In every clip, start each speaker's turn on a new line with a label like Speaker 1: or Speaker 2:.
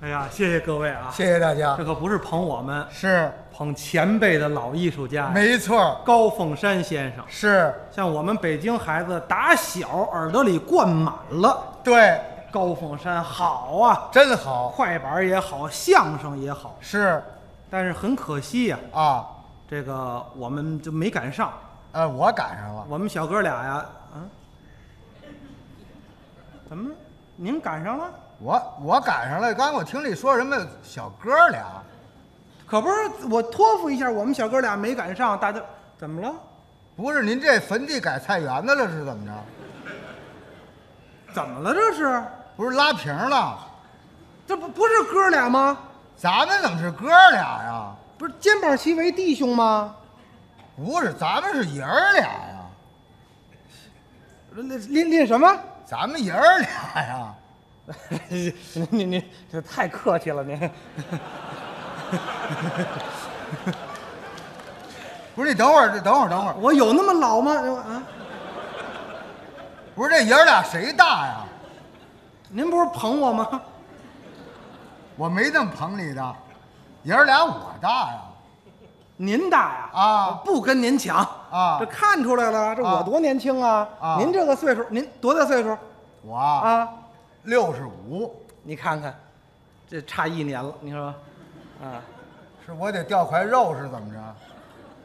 Speaker 1: 哎呀，谢谢各位啊！
Speaker 2: 谢谢大家
Speaker 1: 这。可不是捧我们，
Speaker 2: 是，
Speaker 1: 捧前辈的老艺术家
Speaker 2: 没错儿，
Speaker 1: 高凤山先生。
Speaker 2: 是
Speaker 1: 像我们北京孩子打小耳朵里灌满了
Speaker 2: 对，
Speaker 1: 高凤山好啊，
Speaker 2: 真好，
Speaker 1: 快板也好，相声也好，
Speaker 2: 是
Speaker 1: 但是很可惜呀、
Speaker 2: 啊，
Speaker 1: 这个我们就没赶上。
Speaker 2: 呃，我赶上了，
Speaker 1: 我们小哥俩呀，啊，怎么您赶上了？
Speaker 2: 我我赶上了。刚才我听你说什么小哥俩，
Speaker 1: 可不是，我托付一下，我们小哥俩没赶上，大家怎么了？
Speaker 2: 不是您这坟地改菜园子了是怎么着？
Speaker 1: 怎么了这是？
Speaker 2: 不是拉平了？
Speaker 1: 这不不是哥俩吗？
Speaker 2: 咱们怎么是哥俩呀？
Speaker 1: 不是肩膀齐为弟兄吗？
Speaker 2: 不是，咱们是爷儿俩呀，
Speaker 1: 练练练什么？
Speaker 2: 咱们爷儿俩呀。
Speaker 1: 您您这太客气了您。
Speaker 2: 不是，你等会儿，等会儿，等会儿，
Speaker 1: 我有那么老吗？啊，
Speaker 2: 不是这爷儿俩谁大呀？
Speaker 1: 您不是捧我吗？
Speaker 2: 我没那么捧你的，爷儿俩我大呀。
Speaker 1: 您大呀！
Speaker 2: 啊
Speaker 1: 我不跟您抢
Speaker 2: 啊
Speaker 1: 这看出来了，这我
Speaker 2: 啊
Speaker 1: 多年轻啊！
Speaker 2: 啊
Speaker 1: 您这个岁数，您多大岁数
Speaker 2: 我啊，
Speaker 1: 啊？
Speaker 2: 六十五，
Speaker 1: 你看看，这差一年了，你说，啊，
Speaker 2: 是我得掉块肉是怎么着？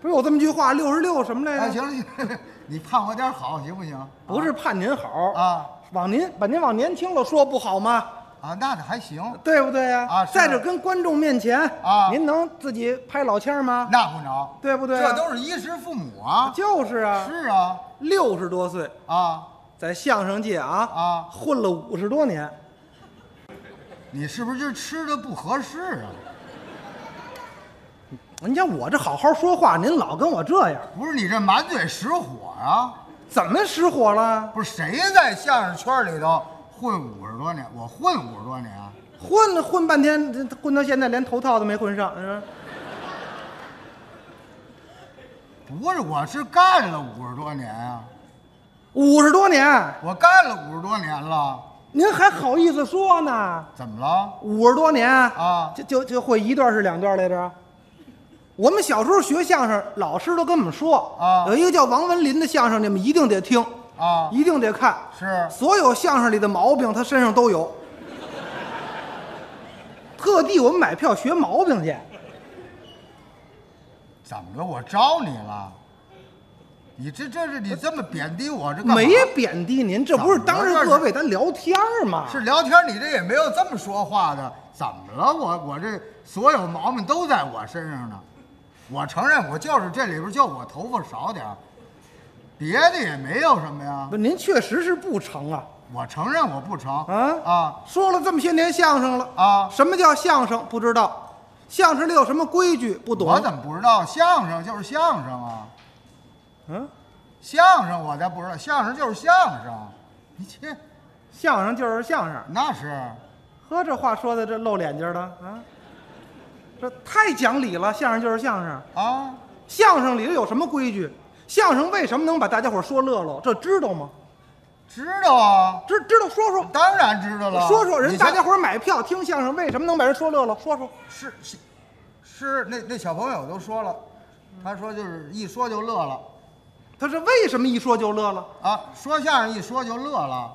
Speaker 1: 不是有这么句话，六十六什么来着？
Speaker 2: 哎，行了行 了，你盼我点好行不行？
Speaker 1: 嗯不是盼您好
Speaker 2: 啊，
Speaker 1: 往您把您往年轻了说不好吗？
Speaker 2: 啊，那还行，
Speaker 1: 对不对呀、
Speaker 2: 啊是
Speaker 1: 在这跟观众面前
Speaker 2: 啊
Speaker 1: 您能自己拍老腔吗？
Speaker 2: 那不能，
Speaker 1: 对不对啊、
Speaker 2: 这都是衣食父母啊。
Speaker 1: 就是啊，
Speaker 2: 是啊，
Speaker 1: 六十多岁
Speaker 2: 啊
Speaker 1: 在相声界啊
Speaker 2: 啊，
Speaker 1: 混了五十多年，
Speaker 2: 你是不是就是吃的不合适啊？
Speaker 1: 你像我这好好说话，您老跟我这样，
Speaker 2: 不是你这满嘴实火啊？
Speaker 1: 怎么失火了？
Speaker 2: 不是谁在相声圈里头混五十多年？我混五十多年，啊
Speaker 1: 混了混半天，这混到现在连头套都没混上，嗯是吧？
Speaker 2: 不是我是干了五十多年啊，
Speaker 1: 五十多年，
Speaker 2: 我干了五十多年了，
Speaker 1: 您还好意思说呢？
Speaker 2: 怎么了？
Speaker 1: 五十多年
Speaker 2: 啊
Speaker 1: 就就就会一段是两段来着。我们小时候学相声，老师都跟我们说
Speaker 2: 啊
Speaker 1: 有一个叫王文林的相声，你们一定得听，
Speaker 2: 啊，
Speaker 1: 一定得看。
Speaker 2: 是
Speaker 1: 所有相声里的毛病，他身上都有。特地我们买票学毛病去，
Speaker 2: 怎么了？我招你了？你这这是你这么贬低我这干嘛
Speaker 1: 没贬低您，这不是当着各位咱聊天儿吗？
Speaker 2: 是聊天，你这也没有这么说话的，怎么了？我我这所有毛病都在我身上呢。我承认，我就是这里边就我头发少点儿别的也没有什么呀
Speaker 1: 不。您确实是不成啊！
Speaker 2: 我承认我不成
Speaker 1: 啊
Speaker 2: 啊
Speaker 1: 说了这么些年相声了，
Speaker 2: 啊！
Speaker 1: 什么叫相声不知道，相声里有什么规矩不懂？
Speaker 2: 我怎么不知道？相声就是相声啊，
Speaker 1: 嗯，
Speaker 2: 相声我才不知道，相声就是相声。你切，
Speaker 1: 相声就是相声。
Speaker 2: 那是
Speaker 1: 呵，这话说的这露脸尖的啊，这太讲理了。相声就是相声，
Speaker 2: 啊，
Speaker 1: 相声里头有什么规矩？相声为什么能把大家伙说乐了？这知道吗？
Speaker 2: 知道啊，
Speaker 1: 知知道说说
Speaker 2: 当然知道了。
Speaker 1: 说说，人
Speaker 2: 你
Speaker 1: 大
Speaker 2: 像
Speaker 1: 家伙买票听相声，为什么能把人说乐了？说说，
Speaker 2: 是是是，那那小朋友都说了，他说就是一说就乐了
Speaker 1: 他是为什么一说就乐了？
Speaker 2: 啊，说相声一说就乐了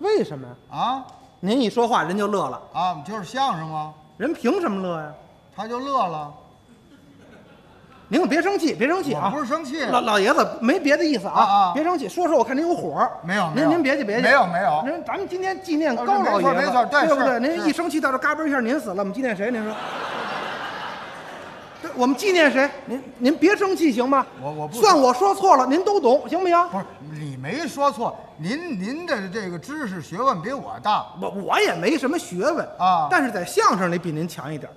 Speaker 1: 为什么呀？
Speaker 2: 啊
Speaker 1: 您一说话人就乐了，
Speaker 2: 啊，就是相声吗？
Speaker 1: 人凭什么乐呀？
Speaker 2: 他就乐了，
Speaker 1: 您可别生气，别生气
Speaker 2: 我
Speaker 1: 啊！
Speaker 2: 不是生气，
Speaker 1: 老老爷子没别的意思啊，
Speaker 2: 啊啊
Speaker 1: 别生气，说说我看您有火儿，
Speaker 2: 没有没
Speaker 1: 您
Speaker 2: 有
Speaker 1: 您别去别去，
Speaker 2: 没有没有
Speaker 1: 您咱们今天纪念高老爷
Speaker 2: 啊
Speaker 1: 子，
Speaker 2: 没错没错对
Speaker 1: 对不对？
Speaker 2: 是嗯
Speaker 1: 您
Speaker 2: 是
Speaker 1: 一生气到这嘎嘣一下您死了，我们纪念谁？您说， 对，我们纪念谁？您您别生气行吗？
Speaker 2: 我我不
Speaker 1: 算我说错了，您都懂行不行？
Speaker 2: 不是你没说错，您您的这个知识学问比我大，
Speaker 1: 我我也没什么学问
Speaker 2: 啊
Speaker 1: 但是在相声里比您强一点儿。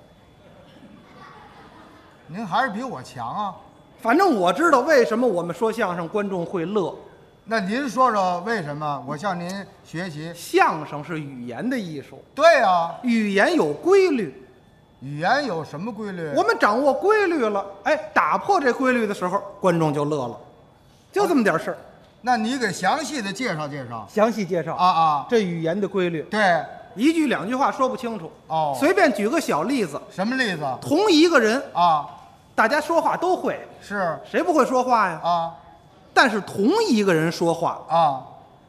Speaker 2: 您还是比我强啊。
Speaker 1: 反正我知道为什么我们说相声观众会乐，
Speaker 2: 那您说说为什么？我向您学习。
Speaker 1: 相声是语言的艺术，
Speaker 2: 对啊，
Speaker 1: 语言有规律。
Speaker 2: 语言有什么规律？
Speaker 1: 我们掌握规律了，哎，打破这规律的时候，观众就乐了，就这么点事儿。
Speaker 2: 那你给详细的介绍介绍
Speaker 1: 哦详细介绍
Speaker 2: 啊，啊！
Speaker 1: 这语言的规律，
Speaker 2: 对，
Speaker 1: 一句两句话说不清楚。
Speaker 2: 哦
Speaker 1: 随便举个小例子，
Speaker 2: 什么例子
Speaker 1: 同一个人，
Speaker 2: 啊？
Speaker 1: 大家说话都会，
Speaker 2: 是
Speaker 1: 谁不会说话呀？
Speaker 2: 啊
Speaker 1: 但是同一个人说话，
Speaker 2: 啊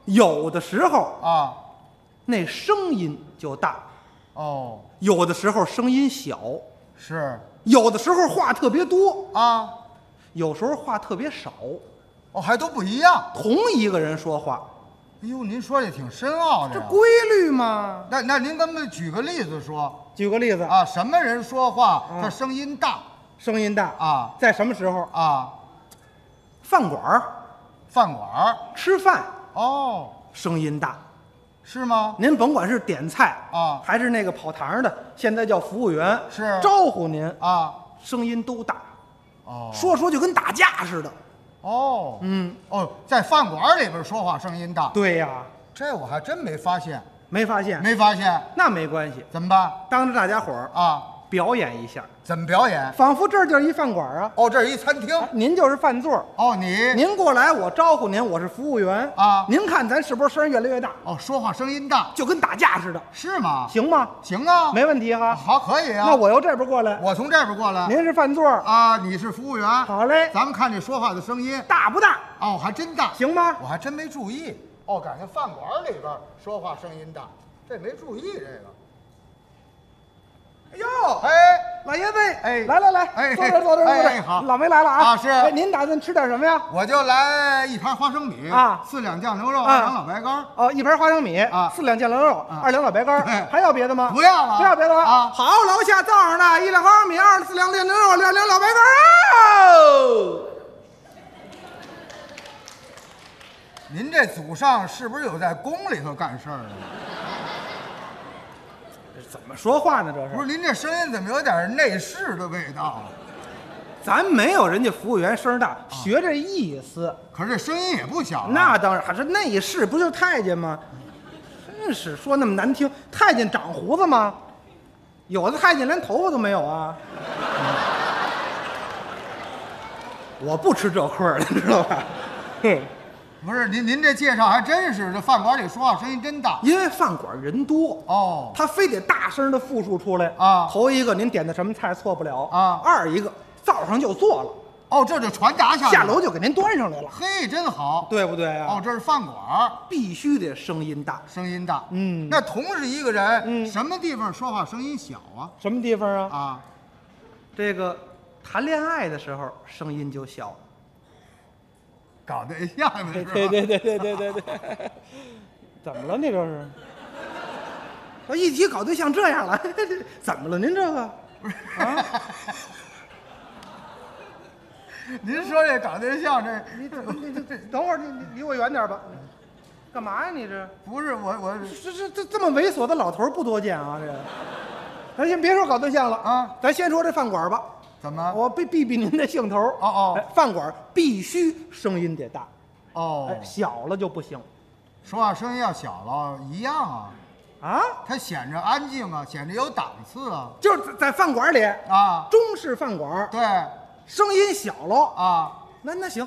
Speaker 1: 有的时候
Speaker 2: 啊
Speaker 1: 那声音就大，
Speaker 2: 哦，
Speaker 1: 有的时候声音小，
Speaker 2: 是
Speaker 1: 有的时候话特别多，
Speaker 2: 啊
Speaker 1: 有时候话特别少。
Speaker 2: 哦，还都不一样。
Speaker 1: 同一个人说话，
Speaker 2: 哎呦，您说的挺深奥的
Speaker 1: 这
Speaker 2: 呀。
Speaker 1: 规律嘛。
Speaker 2: 那那您给我们举个例子说
Speaker 1: 举个例子，
Speaker 2: 啊？什么人说话
Speaker 1: 嗯
Speaker 2: 他声音大
Speaker 1: 声音大
Speaker 2: 啊，
Speaker 1: 在什么时候？
Speaker 2: 啊？
Speaker 1: 饭馆儿
Speaker 2: 饭馆儿
Speaker 1: 吃饭
Speaker 2: 哦，
Speaker 1: 声音大，
Speaker 2: 是吗？
Speaker 1: 您甭管是点菜
Speaker 2: 啊
Speaker 1: 还是那个跑堂的，现在叫服务员，
Speaker 2: 是
Speaker 1: 招呼您，
Speaker 2: 啊
Speaker 1: 声音都大，
Speaker 2: 哦
Speaker 1: 说说就跟打架似的。
Speaker 2: 哦
Speaker 1: 嗯，
Speaker 2: 哦，在饭馆儿里边说话声音大，
Speaker 1: 对呀、
Speaker 2: 这我还真没发现，
Speaker 1: 没发现？
Speaker 2: 没发现，
Speaker 1: 那没关系，
Speaker 2: 怎么办
Speaker 1: 当着大家伙儿
Speaker 2: 啊？
Speaker 1: 表演一下，
Speaker 2: 怎么表演？
Speaker 1: 仿佛这儿就是一饭馆儿啊，
Speaker 2: 哦，这是一餐厅。
Speaker 1: 您就是饭座儿。
Speaker 2: 哦，你
Speaker 1: 您过来，我招呼您，我是服务员
Speaker 2: 啊
Speaker 1: 您看咱是不是声儿越来越大，
Speaker 2: 哦，说话声音大
Speaker 1: 就跟打架似的，
Speaker 2: 是吗？
Speaker 1: 行吗？
Speaker 2: 行啊，
Speaker 1: 没问题哈、
Speaker 2: 好可以啊。
Speaker 1: 那我由这边过来，
Speaker 2: 我从这边过来
Speaker 1: 您是饭座儿，
Speaker 2: 啊，你是服务员。
Speaker 1: 好嘞，
Speaker 2: 咱们看这说话的声音
Speaker 1: 大不大？
Speaker 2: 哦，还真大。
Speaker 1: 行吗？
Speaker 2: 我还真没注意哦，感觉饭馆里边说话声音大，这没注意这个。
Speaker 1: 哎呦，
Speaker 2: 哎，
Speaker 1: 老爷子，
Speaker 2: 哎
Speaker 1: 来来来，
Speaker 2: 哎
Speaker 1: 坐这儿坐这儿坐
Speaker 2: 哎
Speaker 1: 这
Speaker 2: 哎
Speaker 1: 儿，
Speaker 2: 好
Speaker 1: 老梅来了啊！
Speaker 2: 啊是
Speaker 1: 哎您打算吃点什么呀？
Speaker 2: 我就来一盘花生米
Speaker 1: 啊
Speaker 2: 四两酱牛肉，
Speaker 1: 啊
Speaker 2: 二两老白干。
Speaker 1: 哦，一盘花生米
Speaker 2: 啊
Speaker 1: 四两酱牛肉，二两老白干
Speaker 2: 哎
Speaker 1: 儿，还要别的吗？
Speaker 2: 不要了
Speaker 1: 不要别的了
Speaker 2: 啊
Speaker 1: 好，楼下灶上的一两花生米，二四两酱牛肉，两两老白干儿哦。
Speaker 2: 您这祖上是不是有在宫里头干事儿啊的？
Speaker 1: 这怎么说话呢？这
Speaker 2: 不
Speaker 1: 是，
Speaker 2: 是，您这声音怎么有点内侍的味道啊？
Speaker 1: 咱没有人家服务员声儿大，学这意思。
Speaker 2: 可是这声音也不小、啊。
Speaker 1: 那当然，还是内侍，不就是太监吗？真是说那么难听，太监长胡子吗？有的太监连头发都没有啊！我不吃这亏儿，你知道吧？哼
Speaker 2: 不是您您这介绍还真是，这饭馆里说话声音真大
Speaker 1: 因为饭馆人多，
Speaker 2: 哦。
Speaker 1: 他非得大声的复述出来
Speaker 2: 啊
Speaker 1: 头一个，您点的什么菜错不了
Speaker 2: 啊
Speaker 1: 二一个，灶上就做了，
Speaker 2: 哦，这就传达下来了
Speaker 1: 下楼就给您端上来了，
Speaker 2: 嘿，真好。
Speaker 1: 对不对啊？
Speaker 2: 哦，这是饭馆儿，
Speaker 1: 必须得声音大。
Speaker 2: 声音大。
Speaker 1: 嗯
Speaker 2: 那同是一个人，
Speaker 1: 嗯
Speaker 2: 什么地方说话声音小啊？
Speaker 1: 什么地方啊？
Speaker 2: 啊，
Speaker 1: 这个谈恋爱的时候声音就小。
Speaker 2: 搞对象的是吧？
Speaker 1: 对对对对对，怎么了？你这是？我一提搞对象这样了，怎么了？您这个
Speaker 2: 您说这搞对象这，
Speaker 1: 你这你这这等会儿你你离我远点吧。干嘛呀？你这
Speaker 2: 不是我我
Speaker 1: 这这这这么猥琐的老头儿不多见啊！这，咱先别说搞对象了
Speaker 2: 啊，
Speaker 1: 咱先说这饭馆儿吧。
Speaker 2: 怎么？
Speaker 1: 我避避避您的兴头儿。
Speaker 2: 哦哦
Speaker 1: 哎饭馆儿必须声音得大，
Speaker 2: 哦
Speaker 1: 哎，，小了就不行
Speaker 2: 说话声音要小了，一样啊，
Speaker 1: 啊。
Speaker 2: 它显着安静啊，显着有档次啊
Speaker 1: 就是在在饭馆儿里，
Speaker 2: 啊，
Speaker 1: 中式饭馆儿
Speaker 2: 对
Speaker 1: 声音小喽。
Speaker 2: 啊
Speaker 1: 那那行，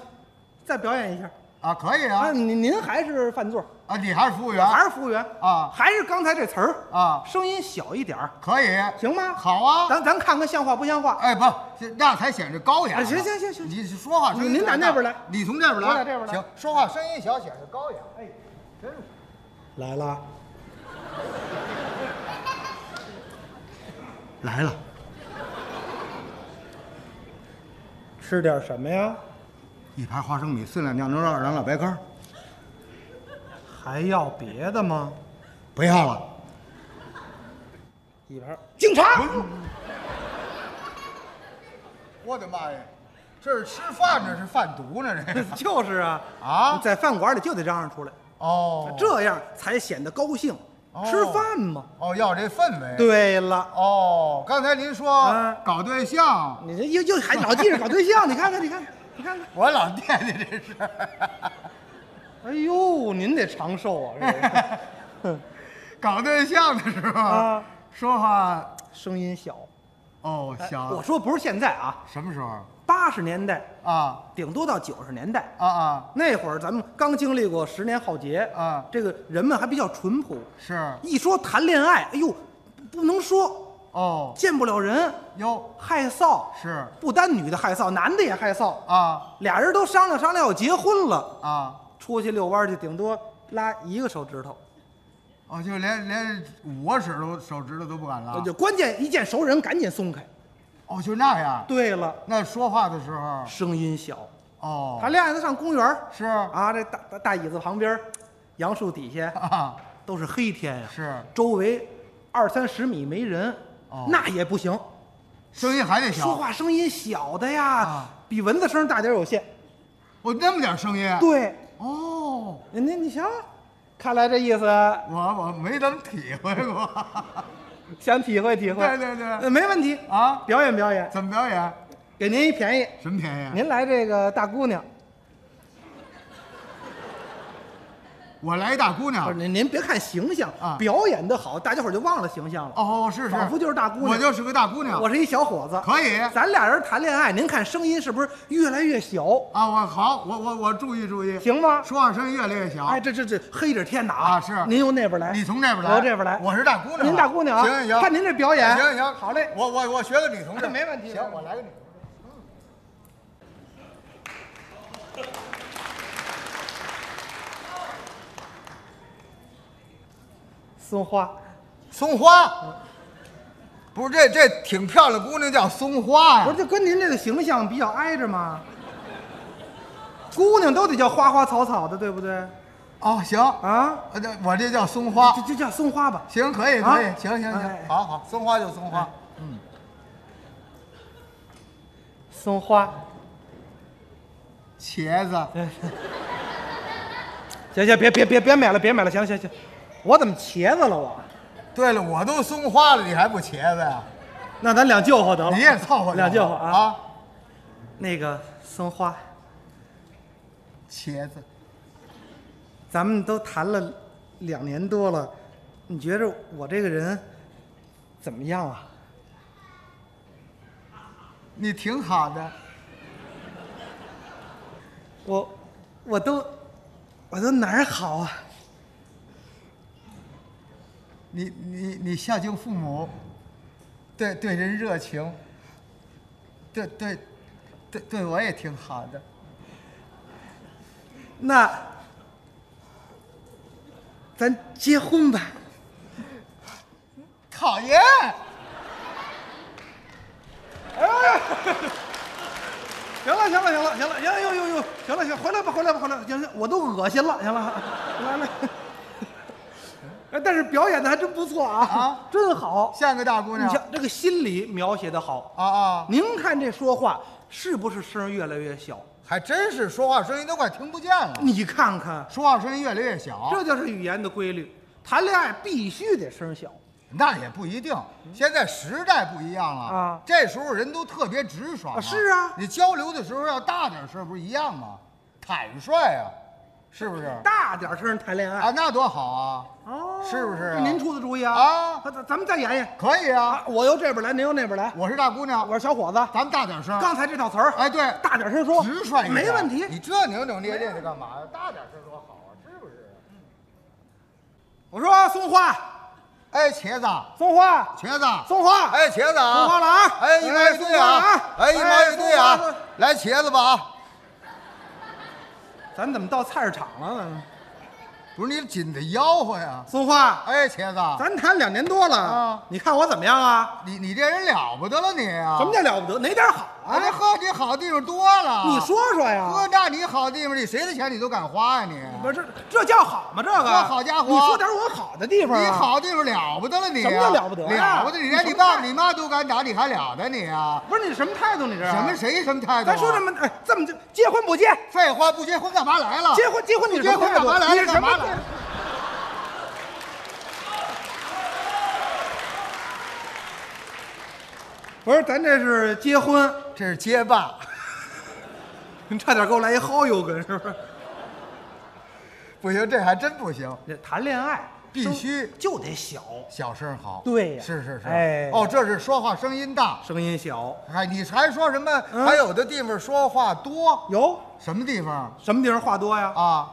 Speaker 1: 再表演一下
Speaker 2: 啊，可以
Speaker 1: 啊！
Speaker 2: 啊
Speaker 1: 您您还是饭座，
Speaker 2: 啊，你还是服务员
Speaker 1: 还是服务员，
Speaker 2: 啊
Speaker 1: 还是刚才这词儿，
Speaker 2: 啊，
Speaker 1: 声音小一点儿，
Speaker 2: 可以，
Speaker 1: 行吗？，
Speaker 2: 好啊，
Speaker 1: 咱咱看看像话不像话。
Speaker 2: 哎不，这那才显着高雅呢。
Speaker 1: 啊行行行行
Speaker 2: 你是说话声音
Speaker 1: 您打
Speaker 2: 太大
Speaker 1: 那边来
Speaker 2: 你从这边来，
Speaker 1: 我打这边来
Speaker 2: 行，说话声音小显着高雅。
Speaker 1: 哎，
Speaker 2: 真是
Speaker 1: 来了，来了，吃点什么呀？
Speaker 2: 一盘花生米，四两酱牛肉，二两老白干儿，
Speaker 1: 还要别的吗？
Speaker 2: 不要了。
Speaker 1: 一盘警察，
Speaker 2: 我的妈呀，这是吃饭，这是贩毒呢，这
Speaker 1: 就是啊
Speaker 2: 啊
Speaker 1: 在饭馆里就得嚷嚷出来，
Speaker 2: 哦
Speaker 1: 这样才显得高兴，
Speaker 2: 哦
Speaker 1: 吃饭嘛。
Speaker 2: 哦要这氛围。
Speaker 1: 对了，
Speaker 2: 哦，刚才您说
Speaker 1: 啊
Speaker 2: 搞对象，
Speaker 1: 你这又又还老记着搞对象， 你看看，你看看，你看看，
Speaker 2: 我老惦记这事儿。
Speaker 1: 哎呦，您得长寿啊，这个
Speaker 2: 搞对象的时候，
Speaker 1: 啊
Speaker 2: 说话
Speaker 1: 声音小。
Speaker 2: 哦小。
Speaker 1: 我说不是现在啊，
Speaker 2: 什么时候？
Speaker 1: 八十年代，
Speaker 2: 啊
Speaker 1: 顶多到九十年代
Speaker 2: 啊啊
Speaker 1: 那会儿，咱们刚经历过十年浩劫
Speaker 2: 啊
Speaker 1: 这个人们还比较淳朴，
Speaker 2: 是
Speaker 1: 一说谈恋爱，哎呦，不能说
Speaker 2: 哦
Speaker 1: 见不了人，
Speaker 2: 哟
Speaker 1: 害臊。
Speaker 2: 是
Speaker 1: 不单女的害臊，男的也害臊。
Speaker 2: 啊
Speaker 1: 俩人都商量商量要结婚了，
Speaker 2: 啊
Speaker 1: 出去遛弯去，顶多拉一个手指头。
Speaker 2: 哦，就连连五个指头手指头都不敢拉，
Speaker 1: 就关键一见熟人赶紧松开。
Speaker 2: 哦就那样。
Speaker 1: 对了，
Speaker 2: 那说话的时候
Speaker 1: 声音小，
Speaker 2: 哦
Speaker 1: 谈恋爱的上公园儿
Speaker 2: 是
Speaker 1: 啊，这大大大椅子旁边儿，杨树底下
Speaker 2: 啊
Speaker 1: 都是黑天呀、
Speaker 2: 是
Speaker 1: 周围二三十米没人，
Speaker 2: 哦
Speaker 1: 那也不行，
Speaker 2: 声音还得
Speaker 1: 说
Speaker 2: 小，
Speaker 1: 话声音小的呀，
Speaker 2: 啊
Speaker 1: 比蚊子声大点儿有限。
Speaker 2: 我那么点声音
Speaker 1: 对，
Speaker 2: 哦，
Speaker 1: 你你瞧，看来这意思
Speaker 2: 我我没怎么体会过，
Speaker 1: 想体会体会，
Speaker 2: 对对对
Speaker 1: 呃没问题
Speaker 2: 啊
Speaker 1: 表演表演，
Speaker 2: 怎么表演？
Speaker 1: 给您一便宜，
Speaker 2: 什么便宜？
Speaker 1: 您来这个大姑娘，
Speaker 2: 我来一大姑
Speaker 1: 不是
Speaker 2: 娘。
Speaker 1: 您您别看形象
Speaker 2: 啊
Speaker 1: 表演的好，大家伙儿就忘了形象了。
Speaker 2: 哦，是是，
Speaker 1: 仿佛就是大姑娘
Speaker 2: 我就是个大姑娘。
Speaker 1: 我是一小伙子，
Speaker 2: 可以
Speaker 1: 咱俩人谈恋爱，您看声音是不是越来越小，
Speaker 2: 啊，我好，我我我注意注意，
Speaker 1: 行吗？
Speaker 2: 说话声音越来越小。
Speaker 1: 哎，这这这黑着天呐
Speaker 2: 啊是
Speaker 1: 您由那边来，
Speaker 2: 你从这边来，
Speaker 1: 我这边来，
Speaker 2: 我是大姑娘啊。
Speaker 1: 您大姑娘啊，
Speaker 2: 行行行，
Speaker 1: 看您这表演，
Speaker 2: 行行，
Speaker 1: 好嘞，
Speaker 2: 我我我学个女同志，
Speaker 1: 没问题
Speaker 2: 行
Speaker 1: 没问，题
Speaker 2: 我来个女同志。
Speaker 1: 松花，
Speaker 2: 啊松花，不是这这挺漂亮，姑娘叫松花
Speaker 1: 不是
Speaker 2: 呀。
Speaker 1: 就跟您这个形象比较挨着吗？姑娘都得叫花花草草的，对不对？
Speaker 2: 哦，行，
Speaker 1: 啊，
Speaker 2: 呃这我这叫松花
Speaker 1: 就。就叫松花吧。
Speaker 2: 行，可以，
Speaker 1: 啊
Speaker 2: 可以，行行
Speaker 1: 哎
Speaker 2: 行，好好，松花就松花
Speaker 1: 哎。松花，
Speaker 2: 茄子，
Speaker 1: 行行，别别别别买了，别买了，行行行，我怎么茄子了我？
Speaker 2: 对了，我都松花了，你还不茄子呀？
Speaker 1: 那咱俩就和得了，
Speaker 2: 你也凑合
Speaker 1: 俩
Speaker 2: 凑
Speaker 1: 就
Speaker 2: 合
Speaker 1: 和啊。
Speaker 2: 啊，
Speaker 1: 那个松花，
Speaker 2: 茄子。
Speaker 1: 咱们都谈了两年多了，你觉着我这个人怎么样啊？
Speaker 2: 你挺好的，
Speaker 1: 我我都我都哪儿好啊？
Speaker 2: 你你你孝敬父母，对对人热情，对对对对我也挺好的。
Speaker 1: 那咱结婚吧？
Speaker 2: 讨厌！
Speaker 1: 行了行了行了行了，行呦呦呦，行了行，回来吧回来吧回来吧，行行，我都恶心了，行了，来来。哎但是表演的还真不错啊，
Speaker 2: 啊
Speaker 1: 真好。
Speaker 2: 像个大姑
Speaker 1: 你
Speaker 2: 娘
Speaker 1: 瞧这个心理描写的好，
Speaker 2: 啊啊，
Speaker 1: 您看这说话是不是声儿越来越小？
Speaker 2: 还真是说话声音都快听不见了，
Speaker 1: 你看看，
Speaker 2: 说话声音越来越小。
Speaker 1: 这就是语言的规律。谈恋爱必须得声儿小，
Speaker 2: 那也不一定，现在时代不一样了
Speaker 1: 啊
Speaker 2: 这时候人都特别直爽、
Speaker 1: 啊是啊
Speaker 2: 你交流的时候要大点声，不是一样吗？坦率啊，是不是？
Speaker 1: 大点儿声儿谈恋爱。
Speaker 2: 啊，那多好啊！
Speaker 1: 哦
Speaker 2: 是不是啊
Speaker 1: 这您出的主意啊！
Speaker 2: 啊
Speaker 1: 咱咱们再演演
Speaker 2: 可以啊，
Speaker 1: 啊！我由这边来，您由那边来，
Speaker 2: 我是大姑娘，
Speaker 1: 我是小伙子。
Speaker 2: 咱们大点声。
Speaker 1: 刚才这套词儿，
Speaker 2: 啊哎，对，
Speaker 1: 大点声说，
Speaker 2: 直率一点，
Speaker 1: 没问题。
Speaker 2: 你这扭扭捏捏的干嘛呀？大点声多好啊，是不是？
Speaker 1: 我说松花，
Speaker 2: 哎，茄子，
Speaker 1: 松花，
Speaker 2: 茄子，
Speaker 1: 松花，
Speaker 2: 哎，茄子啊，
Speaker 1: 松花了啊
Speaker 2: 哎，一毛一对啊，
Speaker 1: 哎
Speaker 2: 哎，
Speaker 1: 松
Speaker 2: 一
Speaker 1: 花了啊
Speaker 2: 毛一对
Speaker 1: 哎松花
Speaker 2: 啊
Speaker 1: 了，
Speaker 2: 来茄子吧啊！
Speaker 1: 咱怎么到菜市场了呢？
Speaker 2: 不是你紧得吆喝呀！
Speaker 1: 松花，
Speaker 2: 哎，茄子，
Speaker 1: 咱谈两年多了
Speaker 2: 啊，
Speaker 1: 你看我怎么样啊？
Speaker 2: 你你这人了不得了你啊！
Speaker 1: 什么叫了不得？哪点好
Speaker 2: 啊？这
Speaker 1: 啊？
Speaker 2: 喝你好地方多了。
Speaker 1: 你说说呀。
Speaker 2: 喝那你好地方，你谁的钱你都敢花呀你？
Speaker 1: 不是，这叫好吗？这个
Speaker 2: 这好家伙
Speaker 1: 你说点我好的地方、啊。
Speaker 2: 你，好地方了不得了你啊！
Speaker 1: 什么叫了不得呀
Speaker 2: 了不得！你
Speaker 1: 你什
Speaker 2: 连
Speaker 1: 么
Speaker 2: 你爸
Speaker 1: 态
Speaker 2: 你妈都敢打，你还了得你啊？
Speaker 1: 不是你什么态度？你这是啊
Speaker 2: 什么？谁什么态度啊？
Speaker 1: 咱说这么哎，这么就结婚不结？
Speaker 2: 废话，不结婚干嘛来了？
Speaker 1: 结婚啊结婚你是
Speaker 2: 结
Speaker 1: 什么
Speaker 2: 婚
Speaker 1: 态
Speaker 2: 干
Speaker 1: 度
Speaker 2: 嘛？来
Speaker 1: 你
Speaker 2: 了？
Speaker 1: 是什
Speaker 2: 干
Speaker 1: 么
Speaker 2: 嘛
Speaker 1: 态
Speaker 2: 来
Speaker 1: 度
Speaker 2: 了？？
Speaker 1: 不是，咱这是结婚，
Speaker 2: 这是结巴，
Speaker 1: 你差点给我来一薅油根，是不是？
Speaker 2: 不行，这还真不行。
Speaker 1: 这谈恋爱
Speaker 2: 必须
Speaker 1: 声就得小，
Speaker 2: 小声好。
Speaker 1: 对呀
Speaker 2: 是是是。
Speaker 1: 哎
Speaker 2: 哦，这是说话声音大。
Speaker 1: 声音小。
Speaker 2: 哎，你还说什么？
Speaker 1: 嗯
Speaker 2: 还有的地方说话多，
Speaker 1: 有
Speaker 2: 什么地方
Speaker 1: 什么地方话多呀？
Speaker 2: 啊？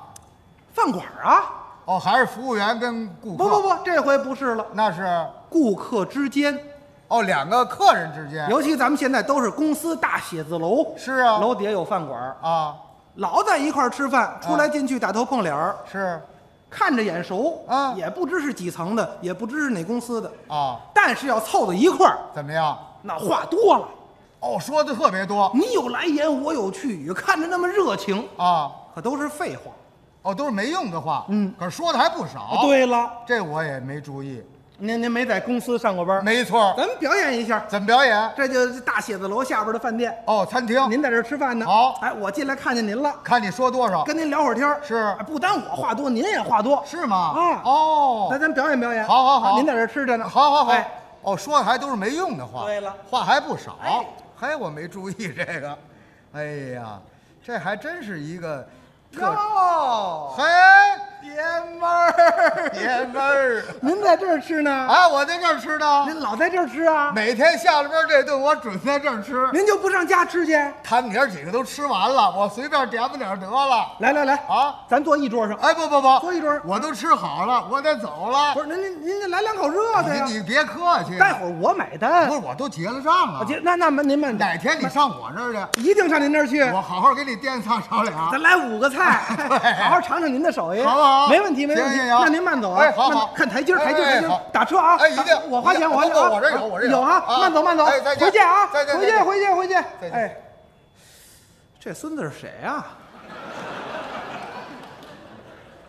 Speaker 1: 饭馆啊？
Speaker 2: 哦，还是服务员跟顾
Speaker 1: 不
Speaker 2: 客？
Speaker 1: 不，不，这回不是了，
Speaker 2: 那是
Speaker 1: 顾客之间。
Speaker 2: 哦，两个客人之间
Speaker 1: 尤其咱们现在都是公司大写字楼，
Speaker 2: 哎是啊
Speaker 1: 楼底下有饭馆儿，
Speaker 2: 啊，
Speaker 1: 老在一块儿吃饭，出来进去打头碰脸儿，
Speaker 2: 是
Speaker 1: 看着眼熟
Speaker 2: 啊
Speaker 1: 也不知是几层的，也不知是哪公司的，
Speaker 2: 啊，
Speaker 1: 但是要凑到一块儿，
Speaker 2: 怎么样？
Speaker 1: 那话多了，
Speaker 2: 哦，说的特别多
Speaker 1: 你有来言，我有去语，看着那么热情，
Speaker 2: 啊，
Speaker 1: 可都是废话。
Speaker 2: 哦，都是没用的话，
Speaker 1: 嗯哦
Speaker 2: 可是说的还不少。，
Speaker 1: 对了，
Speaker 2: 这我也没注意。
Speaker 1: 您您没在公司上过班儿，
Speaker 2: 没错儿，
Speaker 1: 咱们表演一下，
Speaker 2: 怎么表演？
Speaker 1: 这就是大写字楼下边的饭店，
Speaker 2: 哦，餐厅。
Speaker 1: 您在这儿吃饭呢，
Speaker 2: 好
Speaker 1: 哎，我进来看见您了，
Speaker 2: 看你说多少？
Speaker 1: 跟您聊会儿天儿
Speaker 2: 是
Speaker 1: 哎不单我话多，您也话多，
Speaker 2: 是吗？
Speaker 1: 啊
Speaker 2: 哦，
Speaker 1: 来，咱表演表演。
Speaker 2: 好好好
Speaker 1: 啊您在这儿吃着呢。
Speaker 2: 好好好
Speaker 1: 哎，
Speaker 2: 哦，说的还都是没用的话。
Speaker 1: 对了
Speaker 2: 话还不少
Speaker 1: 哎。
Speaker 2: 嘿，我没注意这个。哎呀，这还真是一个特
Speaker 1: 哟，
Speaker 2: 嘿，
Speaker 1: 爷们儿，
Speaker 2: 爷们儿。
Speaker 1: 您在这儿吃呢？
Speaker 2: 啊，我在这儿吃的，
Speaker 1: 您老在这儿吃啊？
Speaker 2: 每天下了班这顿我准在这儿吃。
Speaker 1: 您就不上家吃去？
Speaker 2: 他们娘几个都吃完了，我随便点吧点儿得了。
Speaker 1: 来来来，
Speaker 2: 啊，
Speaker 1: 咱坐一桌上。
Speaker 2: 哎，不不不，
Speaker 1: 坐一桌
Speaker 2: 我都吃好了，我得走了
Speaker 1: 不。是，您您您来两口热的呀
Speaker 2: 你。你别客气，
Speaker 1: 待会儿我买单
Speaker 2: 不。是我都结了账
Speaker 1: 我
Speaker 2: 了。
Speaker 1: 这那那慢您慢点，
Speaker 2: 哪天你上我这儿去，
Speaker 1: 一定上您那儿去。
Speaker 2: 我好好给你垫仨勺脸，好
Speaker 1: 咱来五个菜，
Speaker 2: 对
Speaker 1: 好好尝尝您的手艺，
Speaker 2: 不好？
Speaker 1: 没问题，没问题。
Speaker 2: 行行行，
Speaker 1: 那您慢走啊，
Speaker 2: 哎，好
Speaker 1: 慢
Speaker 2: 好
Speaker 1: 走，看台阶儿，
Speaker 2: 哎
Speaker 1: 台阶儿，
Speaker 2: 哎
Speaker 1: 台阶儿
Speaker 2: 好，
Speaker 1: 打车啊，
Speaker 2: 哎，一
Speaker 1: 打
Speaker 2: 定，
Speaker 1: 我花钱，我花钱啊，
Speaker 2: 不我这有，我这
Speaker 1: 有啊，慢走慢走，
Speaker 2: 哎，再见，
Speaker 1: 回见啊，
Speaker 2: 再见，
Speaker 1: 回
Speaker 2: 再
Speaker 1: 见回见回见，
Speaker 2: 再见
Speaker 1: 哎，这孙子是谁啊？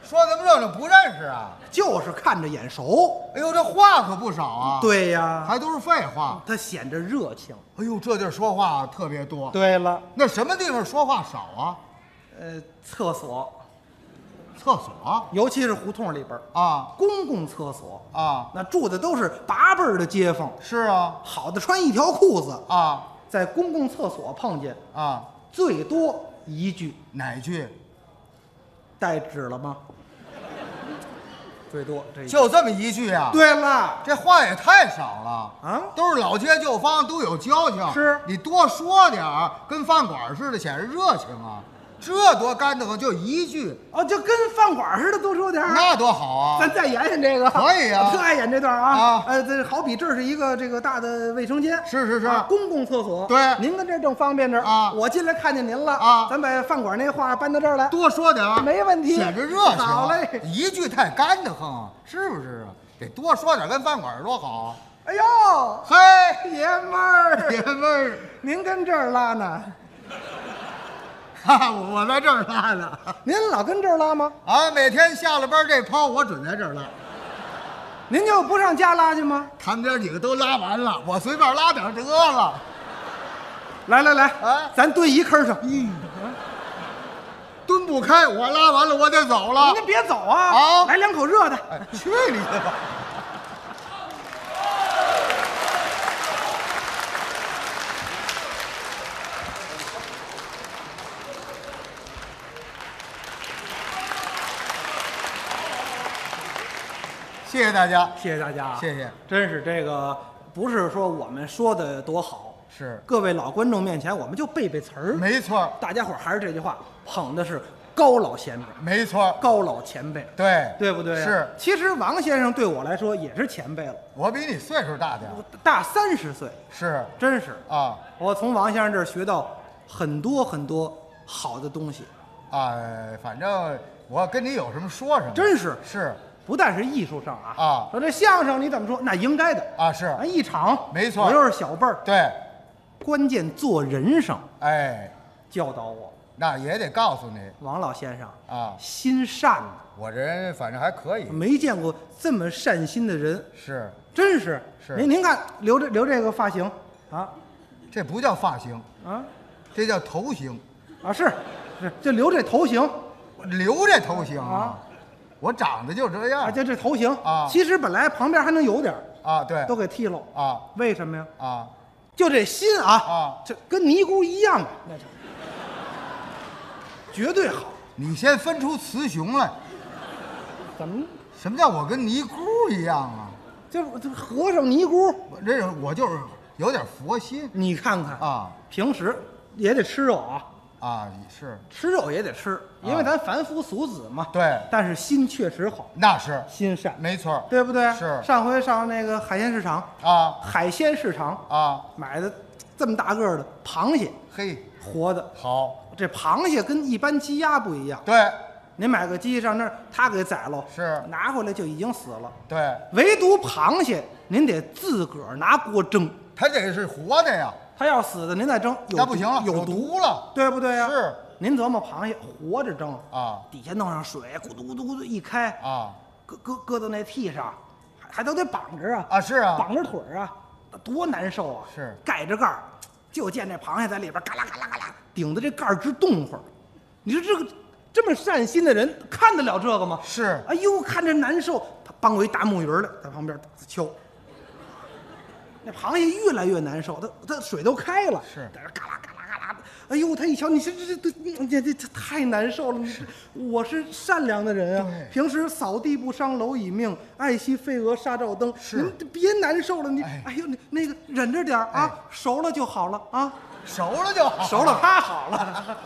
Speaker 2: 说怎么这就不认识啊？
Speaker 1: 就是看着眼熟，
Speaker 2: 哎呦，这话可不少啊，，
Speaker 1: 对呀，
Speaker 2: 还都是废话。
Speaker 1: 他显着热情。
Speaker 2: 哎呦，这地儿说话特别多。
Speaker 1: 对了，
Speaker 2: 那什么地方说话少啊？
Speaker 1: 呃，厕所，
Speaker 2: 厕所
Speaker 1: 尤其是胡同里边儿，
Speaker 2: 啊
Speaker 1: 公共厕所，
Speaker 2: 啊，
Speaker 1: 那住的都是八辈儿的街坊，
Speaker 2: 是啊
Speaker 1: 好的穿一条裤子，
Speaker 2: 啊
Speaker 1: 在公共厕所碰见，
Speaker 2: 啊，
Speaker 1: 最多一句
Speaker 2: 哪句？
Speaker 1: 带纸了吗？最多这一句。
Speaker 2: 就这么一句啊？，
Speaker 1: 对了，
Speaker 2: 这话也太少了
Speaker 1: 啊
Speaker 2: 都是老街旧坊，都有交情。
Speaker 1: 是
Speaker 2: 你多说点儿，跟饭馆似的，显示热情啊。这多干得慌，就一句，
Speaker 1: 哦，就跟饭馆似的，多说点儿。
Speaker 2: 那多好啊
Speaker 1: 咱！再演演这个，
Speaker 2: 可以啊
Speaker 1: 我特爱演这段啊。
Speaker 2: 啊
Speaker 1: 呃，这好比这是一个这个大的卫生间，
Speaker 2: 是是是
Speaker 1: 啊公共厕所。
Speaker 2: 对
Speaker 1: 您跟这正方便着
Speaker 2: 啊
Speaker 1: 我进来看见您了
Speaker 2: 啊
Speaker 1: 咱把饭馆那话搬到这儿来，
Speaker 2: 多说点儿，
Speaker 1: 没问题
Speaker 2: 显着热情。啊
Speaker 1: 好嘞
Speaker 2: 一句太干得慌，是不是啊？得多说点儿，跟饭馆儿多好。啊
Speaker 1: 哎呦，
Speaker 2: 嘿，
Speaker 1: 爷们儿，
Speaker 2: 爷们儿。
Speaker 1: 您跟这儿拉呢？
Speaker 2: 哈哈，我我在这儿拉呢。
Speaker 1: 您老跟这儿拉吗？
Speaker 2: 啊，每天下了班这泡我准在这儿拉。
Speaker 1: 您就不上家拉去吗？
Speaker 2: 他们家几个都拉完了，我随便拉点儿得了。
Speaker 1: 来来来，
Speaker 2: 啊
Speaker 1: 咱蹲一坑上。
Speaker 2: 嗯，蹲不开，我拉完了我得走了。
Speaker 1: 您别走啊！
Speaker 2: 好
Speaker 1: 来两口热的。
Speaker 2: 哎，去你的吧！谢谢大家，
Speaker 1: 谢谢大家，
Speaker 2: 谢谢。
Speaker 1: 真是这个，不是说我们说的多好，
Speaker 2: 是
Speaker 1: 各位老观众面前，我们就背背词儿。
Speaker 2: 没错儿，
Speaker 1: 大家伙儿还是这句话，捧的是高老前辈，
Speaker 2: 没错儿，
Speaker 1: 高老前辈，
Speaker 2: 对
Speaker 1: 对不对、啊
Speaker 2: 是，
Speaker 1: 其实王先生对我来说也是前辈了，
Speaker 2: 我比你岁数大点儿，
Speaker 1: 我大三十岁，
Speaker 2: 是
Speaker 1: 真是。
Speaker 2: 啊
Speaker 1: 我从王先生这儿学到很多很多好的东西，
Speaker 2: 啊，反正我跟你有什么说什么，
Speaker 1: 真是
Speaker 2: 是
Speaker 1: 不但是艺术上啊，
Speaker 2: 啊
Speaker 1: 说这相声你怎么说？那应该的
Speaker 2: 啊是
Speaker 1: 啊，一场
Speaker 2: 没错
Speaker 1: 我又是小辈儿，
Speaker 2: 对，
Speaker 1: 关键做人上
Speaker 2: 哎，
Speaker 1: 教导我，
Speaker 2: 那也得告诉你
Speaker 1: 王老先生
Speaker 2: 啊，
Speaker 1: 心善呐
Speaker 2: 我这人反正还可以，
Speaker 1: 没见过这么善心的人，
Speaker 2: 是
Speaker 1: 真是。
Speaker 2: 是
Speaker 1: 您您看，留这留这个发型啊
Speaker 2: 这不叫发型，
Speaker 1: 啊
Speaker 2: 这叫头型，
Speaker 1: 啊是是，就留这头型
Speaker 2: 我留这头型啊
Speaker 1: 啊，
Speaker 2: 我长得就这
Speaker 1: 啊，
Speaker 2: 样
Speaker 1: 就这头型
Speaker 2: 啊
Speaker 1: 其实本来旁边还能有点儿，
Speaker 2: 啊，对
Speaker 1: 都给剃了。
Speaker 2: 啊
Speaker 1: 为什么呀？
Speaker 2: 啊，
Speaker 1: 就这心啊
Speaker 2: 啊
Speaker 1: 这跟尼姑一样啊，那就绝对好。
Speaker 2: 你先分出雌雄来，
Speaker 1: 怎么
Speaker 2: 什什么叫我跟尼姑一样啊？
Speaker 1: 这不这和尚尼姑，
Speaker 2: 我这我就是有点佛心
Speaker 1: 你看看，
Speaker 2: 啊
Speaker 1: 平时也得吃肉啊，
Speaker 2: 啊，你是
Speaker 1: 吃肉也得吃，因为咱凡夫俗子嘛。
Speaker 2: 啊对
Speaker 1: 但是心确实好，
Speaker 2: 那是
Speaker 1: 心善，
Speaker 2: 没错儿，
Speaker 1: 对不对？
Speaker 2: 是
Speaker 1: 上回上那个海鲜市场，
Speaker 2: 啊
Speaker 1: 海鲜市场
Speaker 2: 啊，
Speaker 1: 买的这么大个儿的螃蟹，
Speaker 2: 嘿，
Speaker 1: 活的。
Speaker 2: 好，
Speaker 1: 这螃蟹跟一般鸡鸭不一样，
Speaker 2: 对
Speaker 1: 你买个鸡上那儿，他给宰喽，
Speaker 2: 是
Speaker 1: 拿回来就已经死了。
Speaker 2: 对，
Speaker 1: 唯独螃蟹，您得自个儿拿锅蒸，
Speaker 2: 他这个是活的呀，
Speaker 1: 它要死的您再蒸，有
Speaker 2: 那
Speaker 1: 毒
Speaker 2: 不行了，
Speaker 1: 有
Speaker 2: 毒了
Speaker 1: 对不对呀、
Speaker 2: 是
Speaker 1: 您琢磨螃蟹活着蒸，
Speaker 2: 啊
Speaker 1: 底下弄上水，咕嘟咕嘟咕嘟一开，
Speaker 2: 啊
Speaker 1: 搁搁搁到那屉上，还还都得绑着啊，
Speaker 2: 啊是啊，
Speaker 1: 绑着腿儿啊，多难受啊！
Speaker 2: 是
Speaker 1: 盖着盖儿，就见这螃蟹在里边嘎啦嘎啦嘎啦顶着这盖儿直动会儿。你说这个这么善心的人看得了这个吗？
Speaker 2: 是
Speaker 1: 哎呦，看着难受。他搬过一大木鱼儿来，在旁边敲。那螃蟹越来越难受，它它水都开了，
Speaker 2: 是
Speaker 1: 在这嘎啦嘎啦嘎啦的。哎呦，他一瞧，你这这这这这这太难受了。你这我是善良的人啊
Speaker 2: 对，
Speaker 1: 平时扫地不伤蝼蚁命，爱惜飞蛾杀照灯。
Speaker 2: 是
Speaker 1: 您别难受了，你
Speaker 2: 哎
Speaker 1: 哎呦，你那个忍着点儿啊，熟了就好了啊，
Speaker 2: 熟了就好，
Speaker 1: 熟了，他好了。